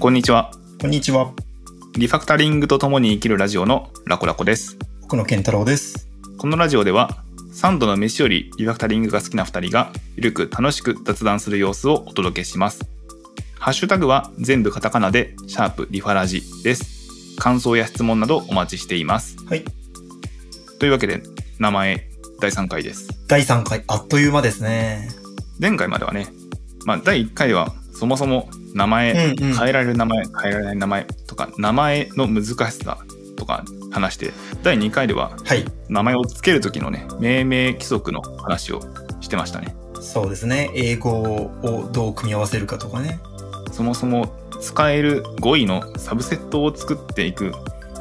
こんにちは。こんにちは。リファクタリングと共に生きるラジオのラコラコです。奥野健太郎です。このラジオでは、3度の飯よりリファクタリングが好きな2人が、ゆるく楽しく雑談する様子をお届けします。ハッシュタグは全部カタカナで、シャープリファラジです。感想や質問などお待ちしています。はい。というわけで、名前第3回です。第3回、あっという間ですね。前回まではね、まあ、第1回はそもそも名前、うんうん変えられる名前変えられない名前とか名前の難しさとか話して第2回でははい。名前をつける時のね命名規則の話をしてましたねそうですね。英語をどう組み合わせるかとかね。そもそも使える語彙のサブセットを作っていく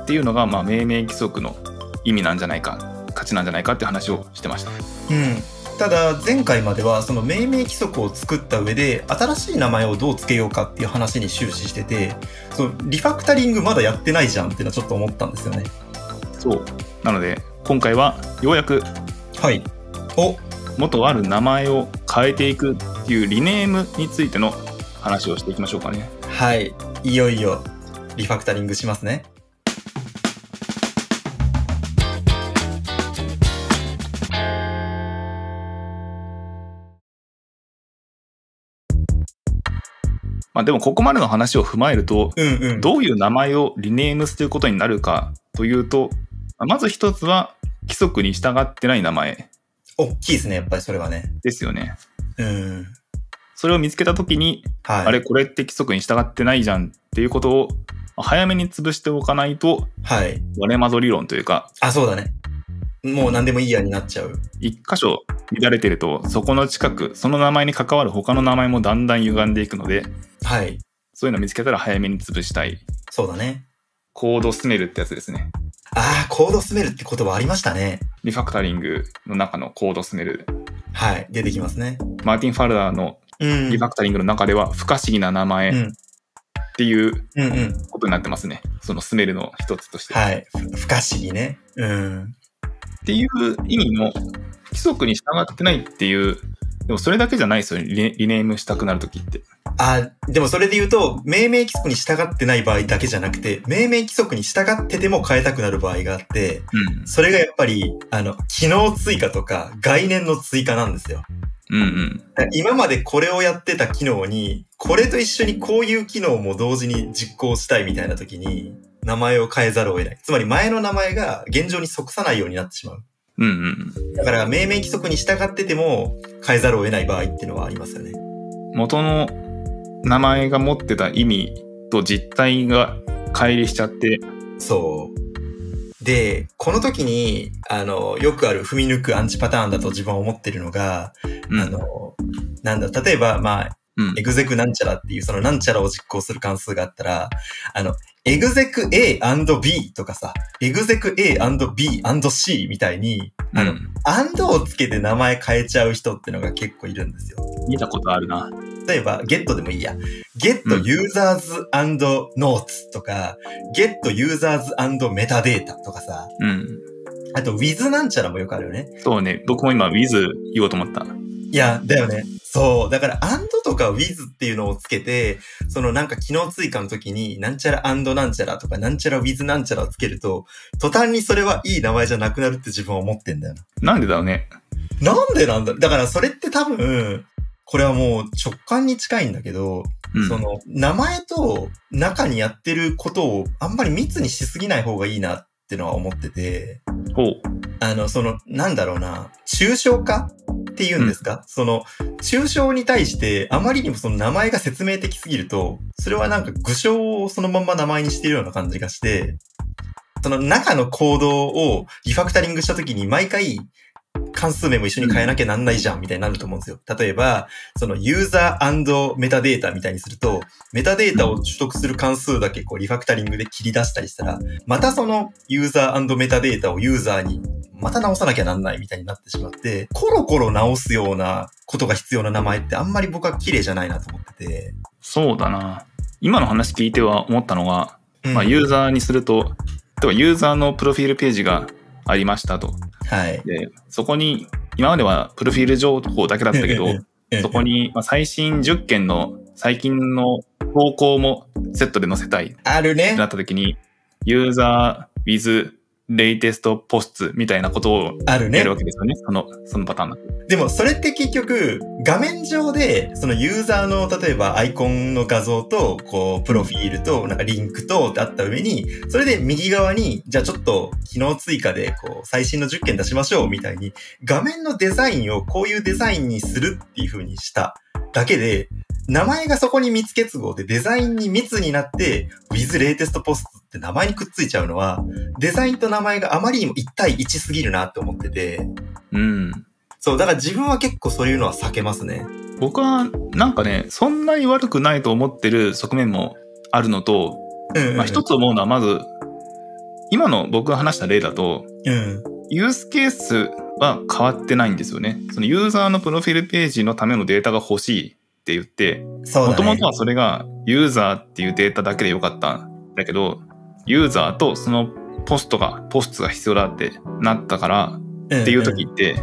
っていうのが、まあ、命名規則の意味なんじゃないか価値なんじゃないかって話をしてましたうん。ただ、前回までは、その命名規則を作った上で、新しい名前をどう付けようかっていう話に終始してて、そのリファクタリングまだやってないじゃんっていうのはちょっと思ったんですよね。そうなので今回はようやくはい。お、元ある名前を変えていくっていうリネームについての話をしていきましょうかねはい。いよいよ、リファクタリングしますね。まあ、でもここまでの話を踏まえると、うんうん。どういう名前をリネームすることになるかというと、まあまず一つは規則に従ってない名前大きいですね、やっぱりそれはね。ですよね。うん。それを見つけた時に、はい。あれこれって規則に従ってないじゃんっていうことを早めに潰しておかないとはい。割れ窓理論というかあ、そうだね。もう何でもいいやになっちゃう。一箇所乱れてるとそこの近くその名前に関わる他の名前もだんだん歪んでいくのではい。そういうの見つけたら早めに潰したいそうだね。コード進めるってやつですねああ、コード進めるって言葉ありましたね。リファクタリングの中のコード進めるはい。出てきますね。マーティン・ファルダーのうん。リファクタリングの中では不可思議な名前うっん。ていううんうん。ことになってますね。そのスメルの一つとして。はい。ふ不可思議ね。うん。っていう意味の規則に従ってないっていう、でもそれだけじゃないですよね。リネリネームしたくなるときって。あーでもそれで言うと、命名規則に従ってない場合だけじゃなくて、命名規則に従ってても変えたくなる場合があって、うん。それがやっぱり、あの、機能追加とか概念の追加なんですよ。うんうん。今までこれをやってた機能に、これと一緒にこういう機能も同時に実行したいみたいな時に、名前を変えざるを得ない。つまり前の名前が現状に即さないようになってしまう。うんうんだから命名規則に従ってても変えざるを得ない場合っていうのはありますよね。うん。元の名前が持ってた意味と実態が乖離しちゃって、そう。で、この時に、あの、よくある踏み抜くアンチパターンだと自分は思ってるのが、うん、あの、なんだ、例えば、まあ、うんエ、グゼクなんちゃらっていうそのなんちゃらを実行する関数があったら、あの、エグゼク A&B とかさ、エグゼク A&B&C みたいに、あの、うん&をつけて名前変えちゃう人ってのが結構いるんですよ。見たことあるな。例えば、ゲットでもいいや。ゲットうんユーザーズ &notes とか、ゲットユーザーズメタデータとかさ、うん。あと with なんちゃらもよくあるよね。そうね。僕も今、with 言おうと思った。いや、だよね。そう。だから、and とか with っていうのをつけて、そのなんか機能追加の時に、なんちゃら and なんちゃらとか、なんちゃら with なんちゃらをつけると、途端にそれはいい名前じゃなくなるって自分は思ってんだよな。なんでだろうね。なんでなんだだから、それって多分、これはもう直感に近いんだけど、うん、その、名前と中にやってることをあんまり密にしすぎない方がいいなってのは思ってて、ほう。あの、その、なんだろうな、抽象化っていうんですか、その、抽象に対して、あまりにもその名前が説明的すぎると、それはなんか具象をそのまんま名前にしているような感じがして、その中の行動をリファクタリングした時に毎回、関数名も一緒に変えなきゃなんないじゃんみたいになると思うんですよ。例えば、そのユーザーメタデータみたいにすると、メタデータを取得する関数だけこうリファクタリングで切り出したりしたら、またそのユーザーメタデータをユーザーにまた直さなきゃなんないみたいになってしまって、コロコロ直すようなことが必要な名前ってあんまり僕は綺麗じゃないなと思ってて。そうだな。今の話聞いては思ったのが、まあ、うユーザーにすると、例えばユーザーのプロフィールページがありましたと。ん。はい。で、そこに、今まではプロフィール情報だけだったけどええええええ、そこにまあ最新10件の最近の投稿もセットで載せたいってあるねな。った時に、ユーザー with latest posts みたいなことをあるやねる。わけですよね。その、そのパターンだと。でもそれって結局画面上でそのユーザーの例えばアイコンの画像とこうプロフィールとなんかリンクとってあった上にそれで右側にじゃあちょっと機能追加でこう最新の10件出しましょうみたいに画面のデザインをこういうデザインにするっていう風にしただけで名前がそこに密結合でデザインに密になって with latest post って名前にくっついちゃうのはデザインと名前があまりにも1対1すぎるなって思っててうん。そう、だから自分は結構そういうのは避けますね。僕はなんかね、そんなに悪くないと思ってる側面もあるのと、うん、うん。まあ、一つ思うのはまず、今の僕が話した例だと、うん。ユースケースは変わってないんですよね。そのユーザーのプロフィールページのためのデータが欲しいって言って、そうもだとね。もとはそれがユーザーっていうデータだけでよかったんだけど、ユーザーとそのポストが、ポストが必要だってなったからっていう時んって、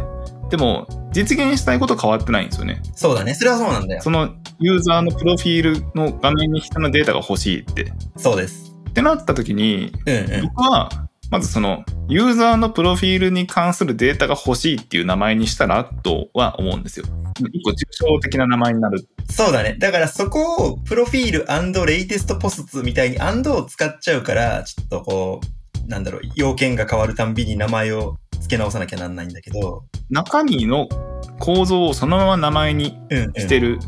でも実現したいこと変わってないんですよね。んそうだね。それはそうなんだよ。そのユーザーのプロフィールの画面に必要なデータが欲しいって。そうです。ってなった時に、うんうん。僕は、まずその、ユーザーのプロフィールに関するデータが欲しいっていう名前にしたらとは思うんですよ。一個抽象的な名前になる。そうだね。だからそこをプロフィールレイテストポストみたいに and を使っちゃうから、ちょっとこう、なんだろう、要件が変わるたんびに名前を付け直さなきゃなんないんだけど。中身の構造をそのまま名前にうん、うん。してる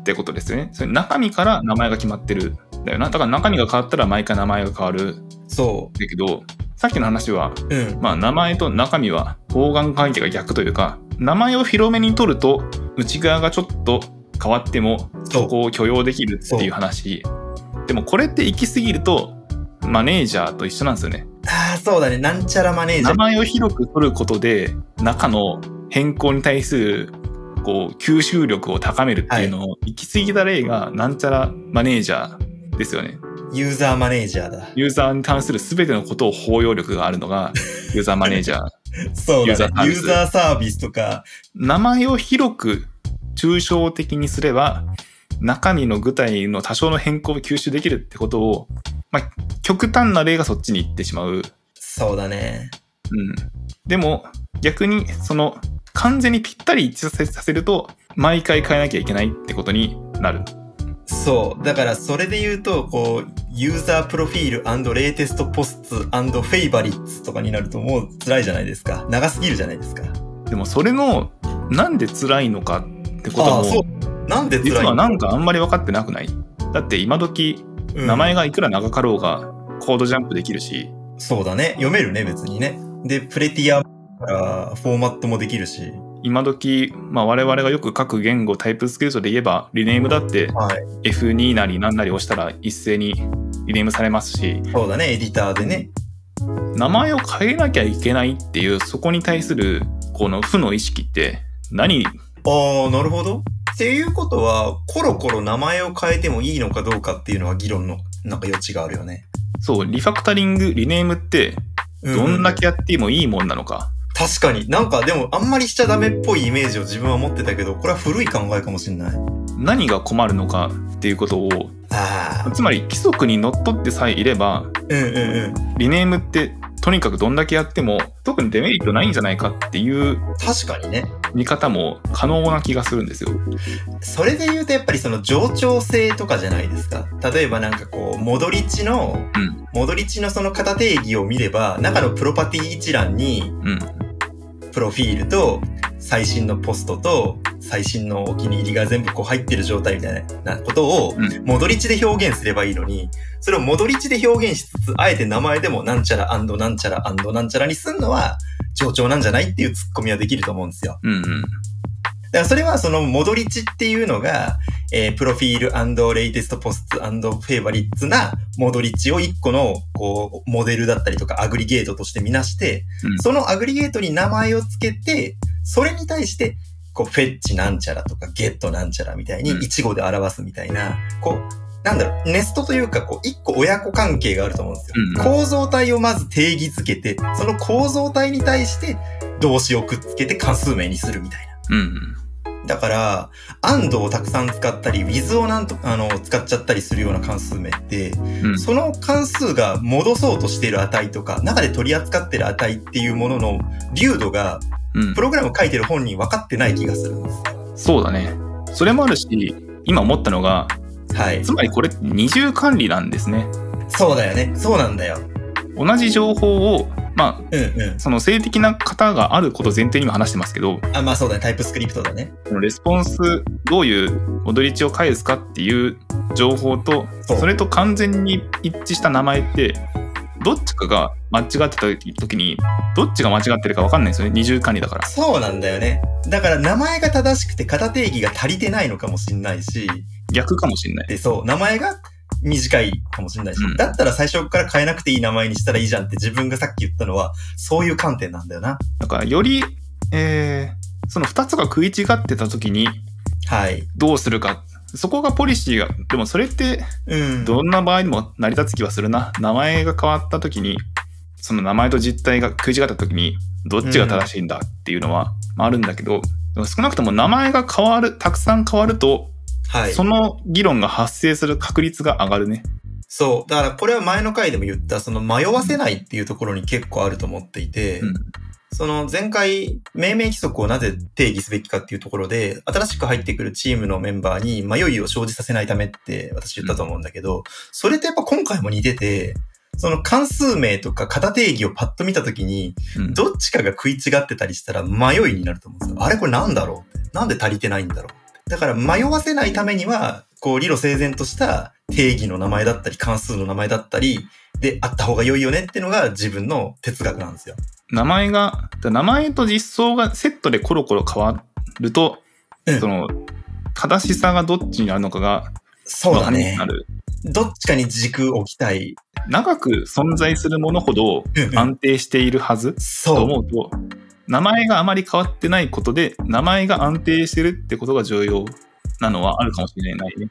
ってことですよね。それ中身から名前が決まってる。だよな。だから中身が変わったら毎回名前が変わるんそだけど、さっきの話は、う。うん。まあ、名前と中身は方眼関係が逆というか名前を広めに取ると内側がちょっと変わってもそ。そうこを許容できるっていう話でもこれって行き過ぎるとマネージャーと一緒なんですよねああ、そうだね。なんちゃらマネージャ名ー。前を広く取ることで中の変更に対するこう吸収力を高めるっていうのを行き過ぎた例がなんちゃらマネージャーですよねユーザーマネージャーだ。ユーザーに関する全てのことを包容力があるのがユーザーマネージャーそうだね。ユユーーザザーサービスとか、名前を広く抽象的にすれば中身の具体の多少の変更を吸収できるってことを、まあ、極端な例がそっちに行ってしまう、うん、そうだね。でも逆にその完全にぴったり一致させさせると毎回変えなきゃいけないってことになるそう。だから、それで言うと、こう、ユーザープロフィールレイテストポストフェイバリッツとかになるともう辛いじゃないですか。長すぎるじゃないですか。でもそれのなんで辛いのかってことあーそうもなんで辛い実はなんかあんまり分かってなくないだって今時うん名前がいくら長かろうがコードジャンプできるし、そうだね。読めるね、別にね。で、プレティアからフォーマットもできるし。今時、まあ、我々がよく書く言語タイプスクリプトで言えばリネームだっては F2 なり何なり押したら一斉にリネームされますしそうだね、エディターでね。名前を変えなきゃいけないっていうそこに対するこの負の意識って何ああ、なるほど。っていうことは、コロコロ名前を変えてもいいのかどうかっていうのは議論のなんか余地があるよね。そうリファクタリングリネームってうどんだけやってもいいもんなのか、確かに。なんかでもあんまりしちゃダメっぽいイメージを自分は持ってたけど、これは古い考えかもしれない。何が困るのかっていうことをああ。つまり規則にのっとってさえいればうんうんうん。リネームってとにかくどんだけやっても特にデメリットないんじゃないかっていう確かにね。見方も可能な気がするんですよ。それで言うとやっぱりその冗長性とかじゃないですか。例えばなんかこう、モドリッチの、うんモドリッチのその型定義を見れば、中のプロパティ一覧に、うん。プロフィールと、最新のポストと、最新のお気に入りが全部こう入ってる状態みたいなことをう、んモドリッチで表現すればいいのに、それをモドリッチで表現しつつ、あえて名前でもなんちゃらなんちゃらなんちゃらにすんのは、冗長なんじゃないっていうツッコミはできると思うんですよ。うんうん。だからそれはそのモドリッチっていうのが、えープロフィールレイテストポストフェイバリッツなモドリッチを一個のこうモデルだったりとかアグリゲートとしてみなして、うんそのアグリゲートに名前を付けて、それに対してこうフェッチなんちゃらとかゲットなんちゃらみたいにうん一語で表すみたいな、こう、なんだろう、ネストというかこう一個親子関係があると思うんですよ。うんうん構造体をまず定義づけて、その構造体に対して動詞をくっつけて関数名にするみたいな。うんうん。だから、安藤をたくさん使ったり、水をなんとあの使っちゃったりするような関数名って、うんその関数が戻そうとしている値とか、中で取り扱っている値っていうものの流度が、うんプ、ログラム書いてる本人分かってない気がするんです。そうだねそれもあるし今思ったのがはい。つまりこれって二重管理なんですねそうだよね。そうなんだよ。同じ情報をまうんうんあ。その性的な方があることを前提にも話してますけどあ、まあそうだね。タイプスクリプトだね。このレスポンスどういう戻り値を返すかっていう情報とそうそれと完全に一致した名前ってどっちかが間違ってた時にどっちが間違ってるか分かんないんですよね二重管理だからそうなんだよね。だから名前が正しくて型定義が足りてないのかもしんないし、逆かもしれないで、そう、名前が短いかもしれないし、うんだったら最初から変えなくていい名前にしたらいいじゃんって自分がさっき言ったのは、そういう観点なんだよな。だからより、えーその2つが食い違ってた時にはい。どうするかそこがポリシーがでもそれってうん。どんな場合にも成り立つ気はするな名前が変わった時にその名前と実態が食い違った時にどっちが正しいんだっていうのはまああるんだけど、でも少なくとも名前が変わるたくさん変わると、はい。その議論が発生する確率が上がるね。そう。だからこれは前の回でも言った、その迷わせないっていうところに結構あると思っていて、うんその前回、命名規則をなぜ定義すべきかっていうところで、新しく入ってくるチームのメンバーに迷いを生じさせないためって私言ったと思うんだけど、それってやっぱ今回も似てて、その関数名とか型定義をパッと見たときに、うんどっちかが食い違ってたりしたら迷いになると思うんですよ。あれこれなんだろうってなんで足りてないんだろうってだから迷わせないためには、こう理路整然とした定義の名前だったり関数の名前だったりであった方が良いよねっていうのが自分の哲学なんですよ。名前がだ名前と実装がセットでコロコロ変わると、うんその正しさがどっちになるのかがそうだ分ねかんなくな。る。どっちかに軸を置きたい。長く存在するものほどうんうん安定しているはず、とそう。思うと名前があまり変わってないことで名前が安定してるってことが重要なのはあるかもしれないね。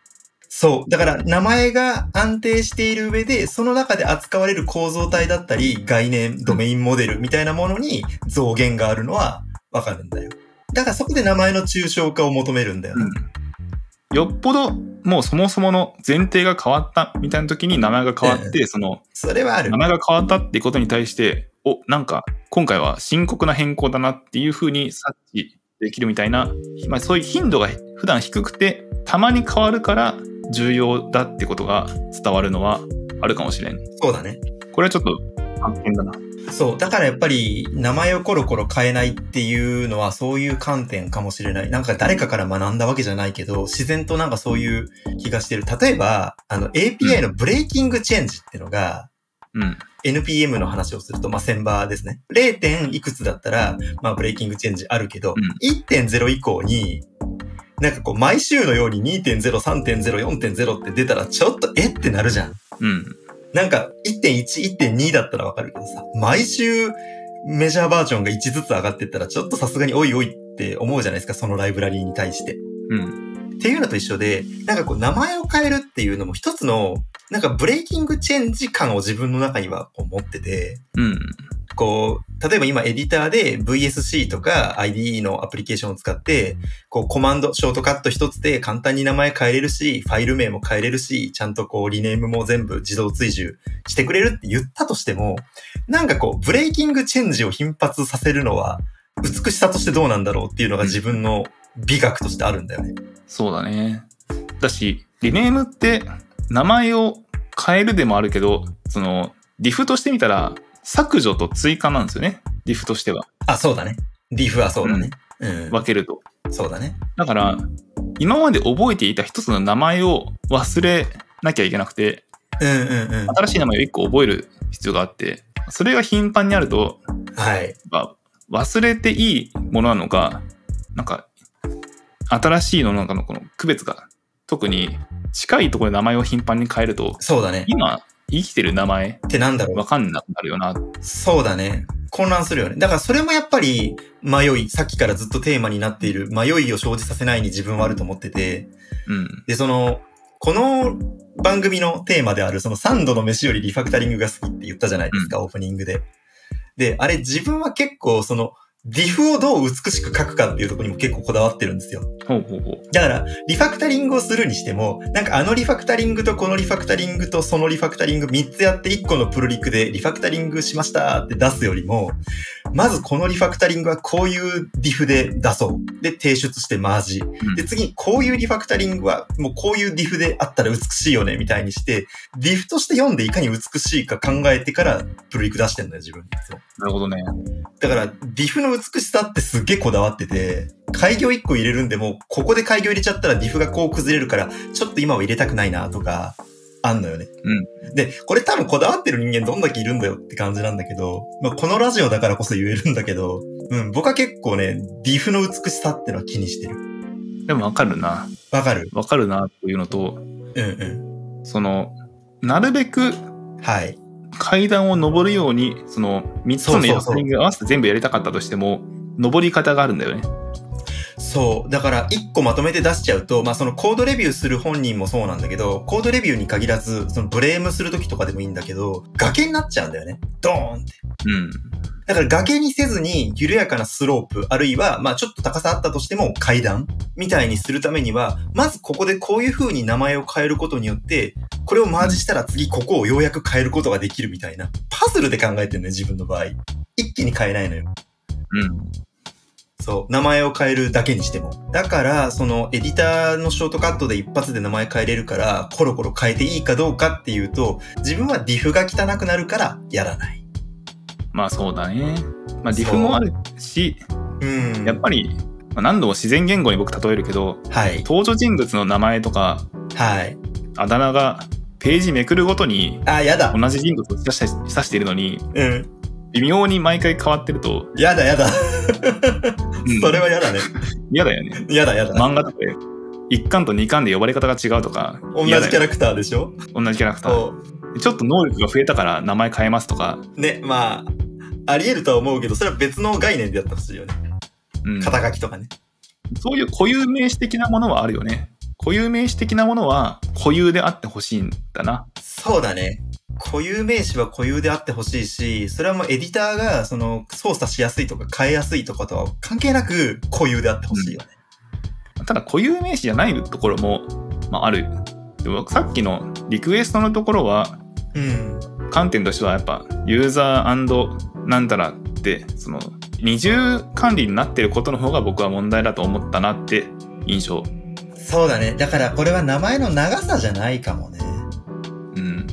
そう。だから名前が安定している上で、その中で扱われる構造体だったり、概念、ドメインモデルみたいなものに増減があるのはわかるんだよ。だからそこで名前の抽象化を求めるんだよね。よっぽどもうそもそもの前提が変わったみたいな時に名前が変わって、そのそれはある名。前が変わったってことに対しておなんか今回は深刻な変更だなっていうふうに察知できるみたいな、まあ、そういう頻度が普段低くてたまに変わるから重要だってことが伝わるのはあるかもしれん。そうだね。これはちょっと発見だな。そう。だからやっぱり名前をコロコロ変えないっていうのはそういう観点かもしれない。なんか誰かから学んだわけじゃないけど、自然となんかそういう気がしてる。例えば、あの API のブレーキングチェンジってのが、うん。 NPM の話をすると、まあ、1000バーですね。0. 点いくつだったら、まあ、ブレイキングチェンジあるけど、うん1.0以降に、なんかこう、毎週のように2.0、3.0、4.0って出たら、ちょっと、えってなるじゃん。うん。なんか、1.1、1.2だったらわかるけどさ、毎週メジャーバージョンが1ずつ上がってったら、ちょっとさすがにおいおいって思うじゃないですか、そのライブラリーに対して。うん。っていうのと一緒で、なんかこう名前を変えるっていうのも一つの、なんかブレイキングチェンジ感を自分の中にはこう持ってて、うん。こう、例えば今エディターで VSC とか IDE のアプリケーションを使って、こうコマンド、ショートカット一つで簡単に名前変えれるし、ファイル名も変えれるし、ちゃんとこうリネームも全部自動追従してくれるって言ったとしても、なんかこうブレイキングチェンジを頻発させるのは美しさとしてどうなんだろうっていうのが自分の美学としてあるんだよね。そうだね。だし、リネームって名前を変えるでもあるけど、その、リフとしてみたら、削除と追加なんですよね。リフとしては。あ、そうだね。リーフはそうだね。うん。分けると。そうだね。だから、今まで覚えていた一つの名前を忘れなきゃいけなくて、うんうんうん。新しい名前を一個覚える必要があって、それが頻繁にあると、はい。まあ忘れていいものなのか、なんか、新しいのなんかのこの区別が、特に近いところで名前を頻繁に変えると、そうだね。今生きてる名前ってなんだろうわかんなくなるよな。そうだね。混乱するよね。だからそれもやっぱり迷い、さっきからずっとテーマになっている迷いを生じさせないに自分はあると思ってて、うん。で、その、この番組のテーマである、その3度の飯よりリファクタリングが好きって言ったじゃないですか、オープニングで。で、あれ自分は結構その、リフをどう美しく書くかっていうところにも結構こだわってるんですよ。ほうほうほう。だから、リファクタリングをするにしても、なんかあのリファクタリングとこのリファクタリングとそのリファクタリング3つやって1個のプロリクでリファクタリングしましたって出すよりも、まずこのリファクタリングはこういうリフで出そう。で、提出してマージ。うんで、次にこういうリファクタリングはもうこういうリフであったら美しいよねみたいにして、リフとして読んでいかに美しいか考えてからプロリク出してんだよ、自分。そうなるほどね。だから、リフの美しさってすっげえこだわってて、開業1個入れるんでも、ここで開業入れちゃったらリフがこう崩れるから、ちょっと今は入れたくないなとか、あんのよね。で、これ多分こだわってる人間どんだけいるんだよって感じなんだけど、まあ、このラジオだからこそ言えるんだけど、うん、僕は結構ね、リフの美しさってのは気にしてる。でもわかるな。わかるわかるなというのと、うんうその、なるべくん。はい。階段を上るように、その、3つのそうそうそうリファクタリング合わせて全部やりたかったとしても、上り方があるんだよね。そう。だから、一個まとめて出しちゃうと、まあ、そのコードレビューする本人もそうなんだけど、コードレビューに限らず、そのブレームするときとかでもいいんだけど、崖になっちゃうんだよね。ドーンって。うん。だから崖にせずに、緩やかなスロープ、あるいは、まあ、ちょっと高さあったとしても階段みたいにするためには、まずここでこういう風に名前を変えることによって、これをマージしたら次ここをようやく変えることができるみたいな、パズルで考えてるね、自分の場合。一気に変えないのよ。うん。そう、名前を変えるだけにしても。だから、そのエディターのショートカットで一発で名前変えれるから、コロコロ変えていいかどうかっていうと、自分はディフが汚くなるからやらない。まあそうだね。まあリフもあるし、うん。やっぱり、まあ何度も自然言語に僕例えるけど、はい。登場人物の名前とか、はい。あだ名がページめくるごとにあ、やだ。同じ人物を指して指しているのに、うん。微妙に毎回変わってると、やだやだ。うんそれはやだね。嫌だよね。やだやだ。漫画とかで1巻と2巻で呼ばれ方が違うとか、同じキ嫌だよャラクターでしょ同じキャラクター。そちょっと能力が増えたから名前変えますとか、う。ね、まあ、あり得るとは思うけど、それは別の概念でやってほしいよね。うん、肩書きとかね。そういう固有名詞的なものはあるよね。固有名詞的なものは固有であってほしいんだな。そうだね。固有名詞は固有であってほしいし、それはもうエディターがその操作しやすいとか変えやすいとかとは関係なく固有であってほしいよね。ただ固有名詞じゃないところも、まあ、ある。でもさっきのリクエストのところはうん。観点としてはやっぱユーザーなんたらってその二重管理になってることの方が僕は問題だと思ったなって印象。そうだね。だからこれは名前の長さじゃないかもね。うん。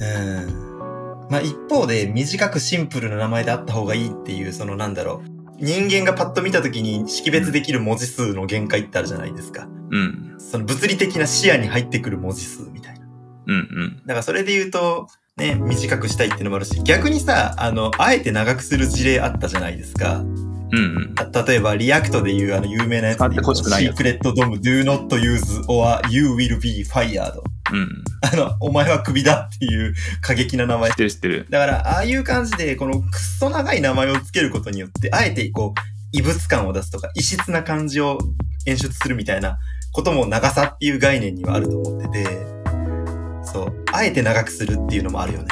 うん。まあ一方で短くシンプルな名前であった方がいいっていう、そのなんだろう。人間がパッと見た時に識別できる文字数の限界ってあるじゃないですか。うん。その物理的な視野に入ってくる文字数みたいな。うんうん。だからそれで言うと、ね、短くしたいってのもあるし、逆にさ、あの、あえて長くする事例あったじゃないですか。うんうん。た例えば、リアクトで言うあの、有名なやつ使ってほしくないシやーつクレットドム、do not use or you will be fired. うん。あの、お前はクビだっていう過激な名前知っ。てる知ってる。だから、ああいう感じで、このクッソ長い名前をつけることによって、あえてこう、異物感を出すとか、異質な感じを演出するみたいなことも長さっていう概念にはあると思ってて、そう、あえて長くするっていうのもあるよね。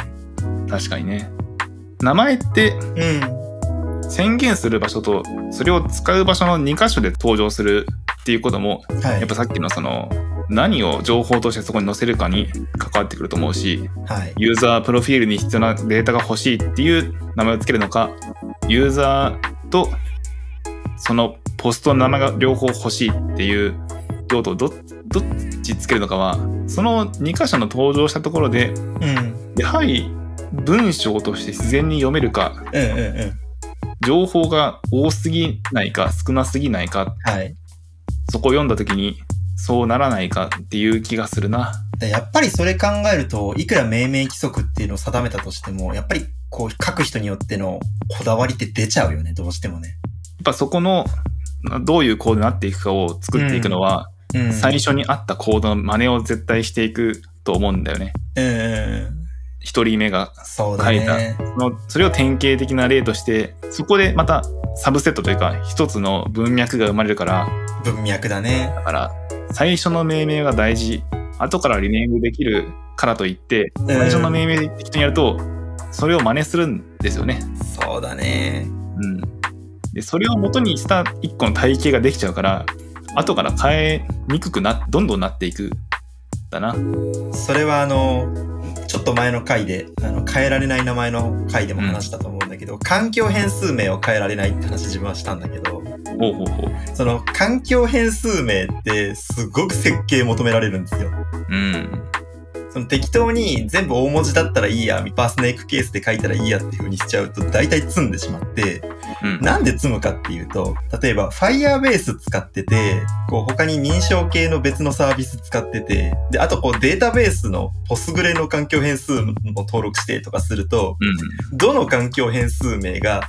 確かにね。名前ってうん。宣言する場所とそれを使う場所の2箇所で登場するっていうこともはい。やっぱさっきのその何を情報としてそこに載せるかに関わってくると思うしはい。ユーザープロフィールに必要なデータが欲しいっていう名前をつけるのかユーザーとそのポストの名前が両方欲しいっていう用途をどどっちつけるのかはその2箇所の登場したところでうん。やはり文章として自然に読めるかうんうんうん。情報が多すぎないか少なすぎないかはい。そこを読んだ時にそうならないかっていう気がするな。でやっぱりそれ考えると、いくら命名規則っていうのを定めたとしても、やっぱりこう、書く人によってのこだわりって出ちゃうよね、どうしてもね。やっぱそこのなどういうコードになっていくかを作っていくのは、うん最初にあったコードの真似を絶対していくと思うんだよね。うんうんうん。一人目がそうだね。書いたそのそれを典型的な例としてそこでまたサブセットというか一つの文脈が生まれるから文脈だね。だから最初の命名が大事後からリネームできるからといってん最初の命名で適当にやるとそれを真似するんですよね。そうだね。うん、でそれを元にした一個の体系ができちゃうから後から変えにくくなどんどんなっていくんだなそれはあのちょっと前の回であの変えられない名前の回でも話したと思うんだけど、環境変数名を変えられないって話自分はしたんだけどほうほうほうその環境変数名ってすごく設計求められるんですよ。うんその適当に全部大文字だったらいいやパースネークケースで書いたらいいやっていう風にしちゃうと大体積んでしまってうんなんで積むかっていうと、例えば Firebase 使ってて、こう他に認証系の別のサービス使ってて、で、あとこうデータベースの Postgre の環境変数も登録してとかすると、うんどの環境変数名が、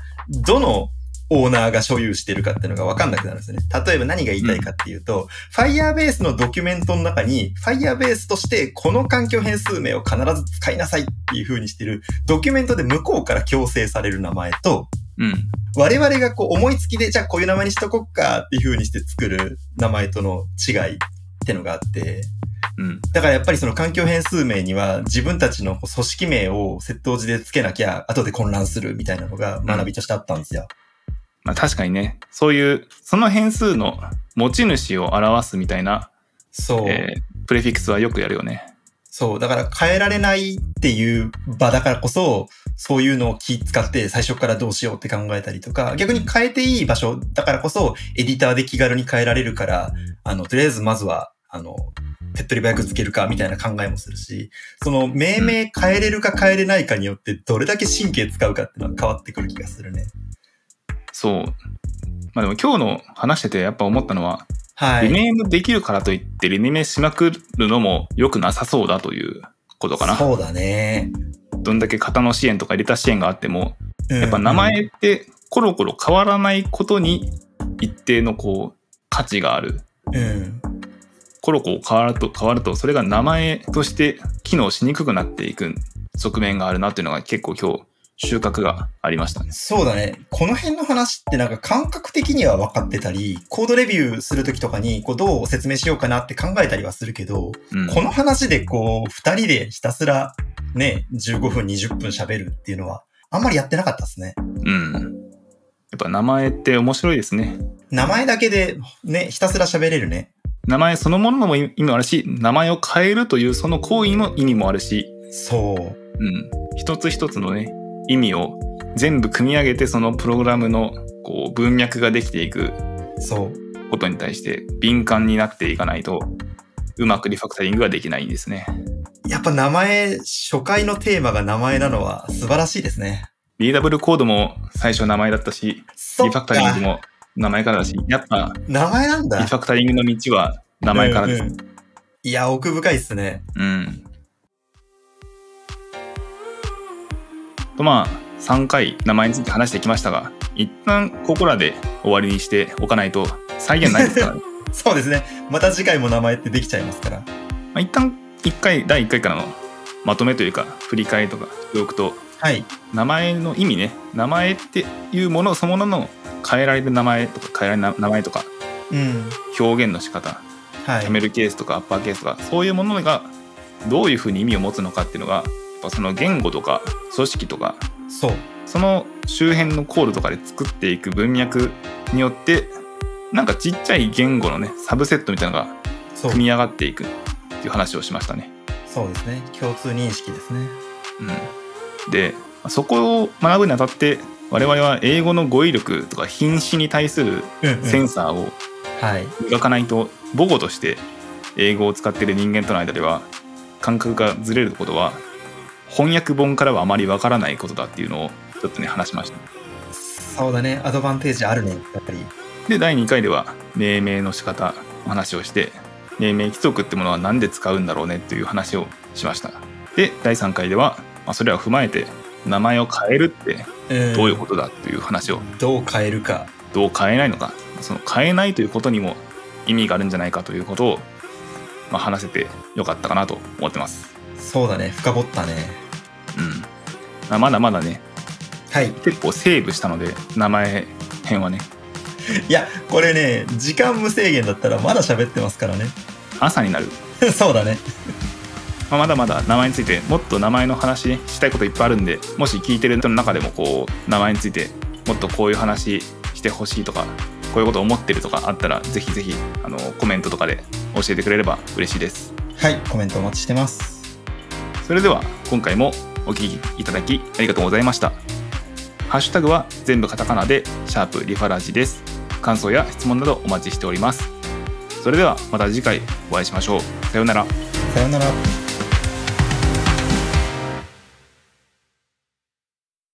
どのオーナーが所有してるかっていうのが分かんなくなるんですよね。例えば何が言いたいかっていうと、Firebase のドキュメントの中に、Firebase としてこの環境変数名を必ず使いなさいっていう風にしてる、ドキュメントで向こうから強制される名前と、うん我々がこう思いつきで、じゃあこういう名前にしとこっかっていう風にして作る名前との違いってのがあって、うんだからやっぱりその環境変数名には自分たちのこう組織名を窃盗時でつけなきゃ後で混乱するみたいなのが学びとしてあったんですよ。まあ確かにねそういうその変数の持ち主を表すみたいな、そう。えープレフィクスはよくやるよねそう。だから変えられないっていう場だからこそ、そういうのを気使って最初からどうしようって考えたりとか、逆に変えていい場所だからこそ、エディターで気軽に変えられるから、あの、とりあえずまずは、あの、手っ取り早くつけるかみたいな考えもするし、その命名変えれるか変えれないかによってどれだけ神経使うかっていうのは変わってくる気がするね。そうまあでも今日の話しててやっぱ思ったのは、はい。リネームできるからといってリネームしまくるのも良くなさそうだということかなそうだね。どんだけ型の支援とか入れた支援があってもうんやっぱ名前ってコロコロ変わらないことに一定のこう価値がある。うん。コロコロ変わると変わるとそれが名前として機能しにくくなっていく側面があるなっていうのが結構今日収穫がありましたね。そうだね。この辺の話ってなんか感覚的には分かってたり、コードレビューするときとかにこうどう説明しようかなって考えたりはするけど、うん、この話でこう二人でひたすらね、15分20分喋るっていうのはあんまりやってなかったですね。うん、やっぱ名前って面白いですね。名前だけでね、ひたすら喋れるね。名前そのものも意味もあるし名前を変えるというその行為の意味もあるし、そう。うん、一つ一つのね意味を全部組み上げてそのプログラムのこう文脈ができていくそう。ことに対して敏感になっていかないとうまくリファクタリングができないんですね。やっぱ名前、初回のテーマが名前なのは素晴らしいですね。 DW コードも最初名前だったし、そリっファかクタリングも名前からだし、やっぱ名前なんリだフ。ァクタリングの道は名前からです。うんうんいや、奥深いですね。うん。とまあ3回名前について話してきましたが一旦ここらで終わりにしておかないと再現ないですから、ね、そうですね。また次回も名前ってできちゃいますから。まあ一旦1回第1回からのまとめというか振り返りとか記くとはい。名前の意味ね名前っていうものそのものの変えられる名前とか変えられない名前とかうん。表現の仕方はキャ。いメルケースとかアッパーケースとかそういうものがどういうふうに意味を持つのかっていうのがやっぱその言語とか組織とかそう。その周辺のコードとかで作っていく文脈によってなんかちっちゃい言語のねサブセットみたいなのがそう。組み上がっていくっていう話をしましたね。そうですね。共通認識ですね。うん、でそこを学ぶにあたって我々は英語の語彙力とか品詞に対するうん、センサーをはい。磨かないと母語として英語を使っている人間との間では感覚がずれることは翻訳本からはあまりわからないことだっていうのをちょっとね話しました。そうだね。アドバンテージあるね。やっぱり。で第2回では命名の仕方の話をして命名規則ってものは何で使うんだろうねっていう話をしましたで第3回では、まあ、それらを踏まえて名前を変えるってうんどういうことだっていう話をどう変えるか。どう変えないのかその変えないということにも意味があるんじゃないかということを、まあ、話せてよかったかなと思ってますそうだね。深掘ったね。うんまあまだまだねはい。結構セーブしたので名前編はねいや、これね、時間無制限だったらまだ喋ってますからね。 朝になるそうだね。まあ、まだまだ名前についてもっと名前の話ねしたいこといっぱいあるんでもし聞いてる人の中でもこう名前についてもっとこういう話してほしいとかこういうこと思ってるとかあったらぜひぜひあのコメントとかで教えてくれれば嬉しいですはい、コメントお待ちしてます。それでは今回もお聞きいただきありがとうございました。ハッシュタグは全部カタカナでシャープリファラジです。感想や質問などお待ちしております。それではまた次回お会いしましょう。さようなら。さようなら。